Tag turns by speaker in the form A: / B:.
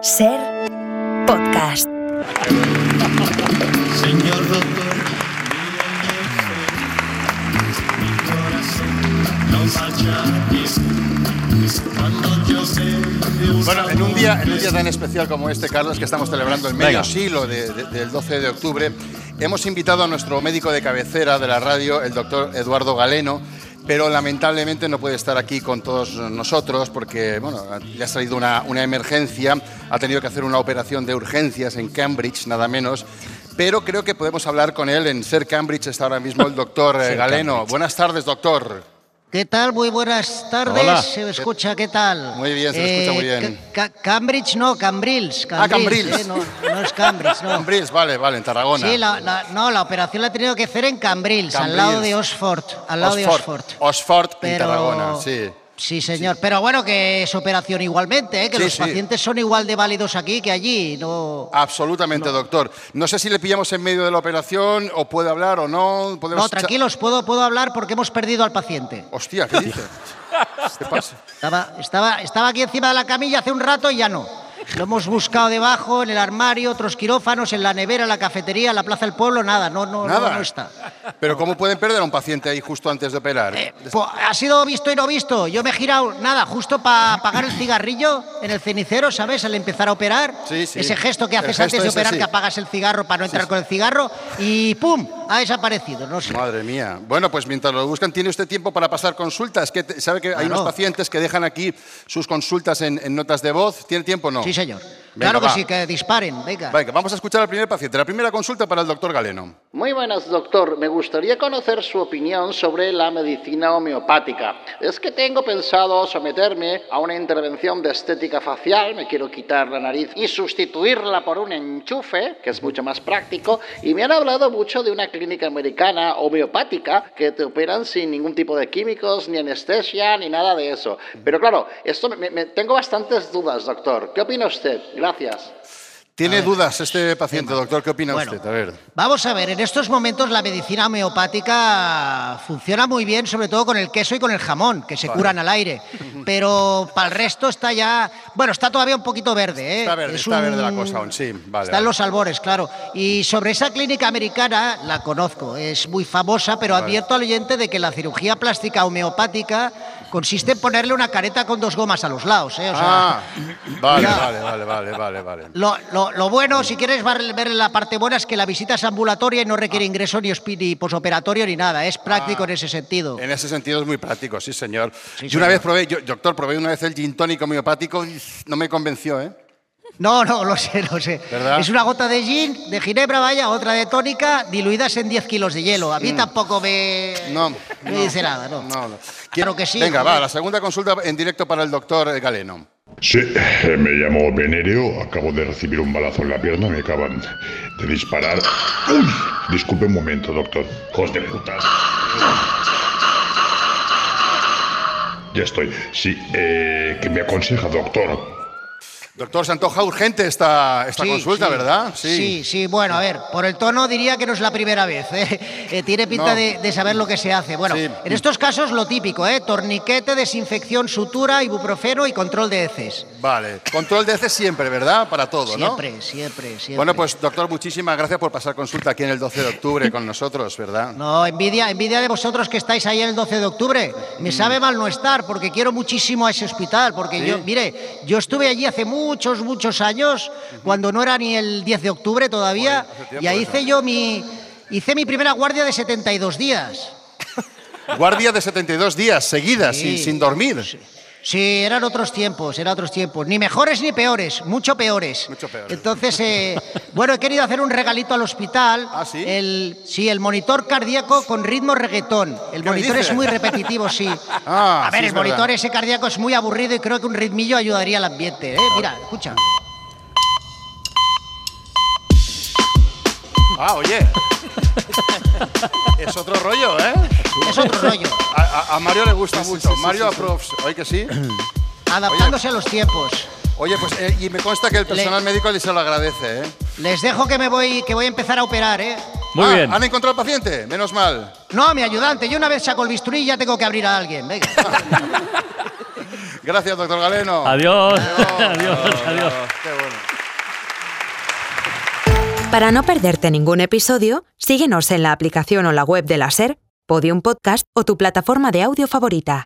A: Ser podcast.
B: Señor doctor, mírame, mi corazón no falla, y es- es cuando yo sé de un
C: Bueno, en un, día, en un día
B: sabor
C: tan especial como este, Carlos, que estamos celebrando el medio siglo de- de- del 12 de octubre, hemos invitado a nuestro médico de cabecera de la radio, el doctor Eduardo Galeno, pero lamentablemente no puede estar aquí con todos nosotros porque bueno, le ha salido una, una emergencia, ha tenido que hacer una operación de urgencias en Cambridge, nada menos. Pero creo que podemos hablar con él en Ser Cambridge, está ahora mismo el doctor eh, Galeno. Buenas tardes, doctor.
D: ¿Qué tal? Muy buenas tardes.
E: Hola.
D: ¿Se me escucha? ¿Qué tal? Eh,
C: Muy bien, se me escucha muy bien.
D: Ca- Ca- Cambridge no, Cambrils.
C: Ah, Cambrils.
D: eh, no, no es Cambridge, no.
C: Cambridge, vale, vale, en Tarragona.
D: Sí, la, la- no, la operación la he tenido que hacer en Cambrils, al lado de
C: Cambrils.
D: Oxford. Al lado de
C: Oxford,
D: Oxford.
C: Oxford en
D: Pero-
C: Tarragona, sí.
D: Sí, señor. Pero bueno, que es operación igualmente, ¿eh? que
C: Sí,
D: los
C: sí.
D: pacientes son igual de válidos aquí que allí. No,
C: Absolutamente, doctor. No sé si le pillamos en medio de la operación o puede hablar o no. Podemos
D: no
C: echa-
D: tranquilos, puedo, puedo hablar porque hemos perdido al paciente.
C: Hostia, ¿qué dice? ¿Qué pasa?
D: Estaba, estaba, estaba aquí encima de la camilla hace un rato y ya no. Lo hemos buscado debajo, en el armario, otros quirófanos, en la nevera, en la cafetería, en la plaza del pueblo, nada, no, no, no,
C: Nada.
D: no está.
C: Pero ¿cómo pueden perder a un paciente ahí justo antes de operar?
D: Eh, po- ha sido visto y no visto. Yo me he girado, nada, justo para apagar el cigarrillo en el cenicero, ¿sabes? Al empezar a operar.
C: Sí, sí.
D: Ese gesto que
C: El
D: haces
C: gesto
D: antes de
C: es
D: operar,
C: así.
D: que apagas el cigarro para no entrar con el cigarro y ¡pum! Ha desaparecido. No sé.
C: Madre mía. Bueno, pues mientras lo buscan, ¿tiene usted tiempo para pasar consultas? Que te- sabe que hay
D: Claro.
C: unos pacientes que dejan aquí sus consultas en, en notas de voz. ¿Tiene tiempo o no?
D: Sí, señor.
C: Venga,
D: claro que
C: va.
D: sí, que disparen, venga.
C: Venga, vamos a escuchar al primer paciente. La primera consulta para el doctor Galeno.
F: Muy buenas, doctor. Me gustaría conocer su opinión sobre la medicina homeopática. Es que tengo pensado someterme a una intervención de estética facial, me quiero quitar la nariz y sustituirla por un enchufe, que es mucho más práctico, y me han hablado mucho de una clínica americana homeopática que te operan sin ningún tipo de químicos, ni anestesia, ni nada de eso. Pero claro, esto me- me- tengo bastantes dudas, doctor. ¿Qué opina usted? Gracias.
C: ¿Tiene dudas este paciente, doctor? ¿Qué opina
D: Bueno.
C: usted? A ver.
D: Vamos a ver, en estos momentos la medicina homeopática funciona muy bien, sobre todo con el queso y con el jamón, que se curan al aire. Pero para el resto está ya. Bueno, está todavía un poquito verde, ¿eh?
C: Está verde,
D: Es
C: está verde la cosa aún, sí, vale,
D: Está
C: vale.
D: en los albores, claro. Y sobre esa clínica americana, la conozco, es muy famosa, pero advierto al oyente de que la cirugía plástica homeopática consiste en ponerle una careta con dos gomas a los lados, ¿eh? O sea,
C: Ah, vale,
D: Ya.
C: vale, vale, vale, vale, vale.
D: lo, lo- lo bueno, si quieres var- ver la parte buena, es que la visita es ambulatoria y no
C: Ah.
D: requiere ingreso ni, hospi- ni posoperatorio ni nada. Es práctico en ese sentido.
C: En ese sentido es muy práctico, sí, señor. yo
D: señor.
C: una vez probé, yo, doctor, probé una vez el gin tónico homeopático y no me convenció, ¿eh?
D: No, no, lo sé, lo sé.
C: ¿Verdad?
D: Es una gota de gin, de ginebra, vaya, otra de tónica, diluidas en 10 kilos de hielo. A mí tampoco me,
C: No,
D: me dice nada, ¿no?
C: No, no.
D: Claro que sí,
C: Venga,
D: joder.
C: va, la segunda consulta en directo para el doctor eh, Galeno.
G: Sí, eh, me llamo Venereo, acabo de recibir un balazo en la pierna, me acaban de disparar. ¡Uy! Disculpe un momento, doctor. ¡Hijos de putas! Ya estoy. Sí, eh, ¿qué me aconseja, doctor?
C: Doctor, se antoja urgente esta, esta
D: Sí,
C: consulta,
D: sí.
C: ¿verdad?
D: sí, sí. Bueno, a ver, por el tono diría que no es la primera vez. ¿eh? Eh, tiene pinta
C: No.
D: de, de saber lo que se hace. Bueno,
C: Sí.
D: en estos casos lo típico, ¿eh? Torniquete, desinfección, sutura, ibuprofeno y control de heces.
C: Vale. Control de heces siempre, ¿verdad? Para todo, ¿no?
D: Siempre, siempre, siempre.
C: Bueno, pues doctor, muchísimas gracias por pasar consulta aquí en el 12 de octubre con nosotros, ¿verdad?
D: No, envidia, envidia de vosotros que estáis ahí el 12 de octubre.
C: Mm.
D: Me sabe mal no estar porque quiero muchísimo a ese hospital. Porque yo, mire, yo estuve allí hace muchos, muchos años, cuando no era ni el 10 de octubre todavía,
C: Joder, hace tiempo
D: y ahí
C: eso. ¿eh?
D: hice yo mi, hice mi primera guardia de 72 días.
C: Guardia de 72 días seguidas,
D: Sí.
C: sin, sin dormir.
D: Sí, eran otros tiempos, eran otros tiempos. Ni mejores ni peores, mucho peores.
C: Mucho peores.
D: Entonces, eh, bueno, he querido hacer un regalito al hospital.
C: ¿Ah, sí?
D: El, sí, el monitor cardíaco con ritmo reggaetón. El
C: ¿Qué me
D: monitor
C: dices?
D: es muy repetitivo, sí.
C: Ah,
D: A ver,
C: sí,
D: el
C: es
D: monitor
C: verdad.
D: ese cardíaco es muy aburrido y creo que un ritmillo ayudaría al ambiente. ¿eh? Mira, escucha.
C: Ah, oye. es otro rollo, ¿eh?
D: Es otro rollo.
C: A, a- a Mario le gusta mucho. Mario approves. Oye, que sí.
D: Adaptándose a los tiempos.
C: Oye, pues, eh, y me consta que el personal médico le se lo agradece, ¿eh?
D: Les dejo que me voy, que voy a empezar a operar, ¿eh?
E: Muy
C: Ah,
E: bien.
C: ¿Han encontrado paciente? Menos mal.
D: No, mi ayudante, yo una vez saco el bisturí ya tengo que abrir a alguien. Venga.
C: Gracias, doctor Galeno.
E: Adiós. Adiós, adiós.
C: Qué bueno.
A: Para no perderte ningún episodio, síguenos en la aplicación o la web de la SER, Podium Podcast o tu plataforma de audio favorita.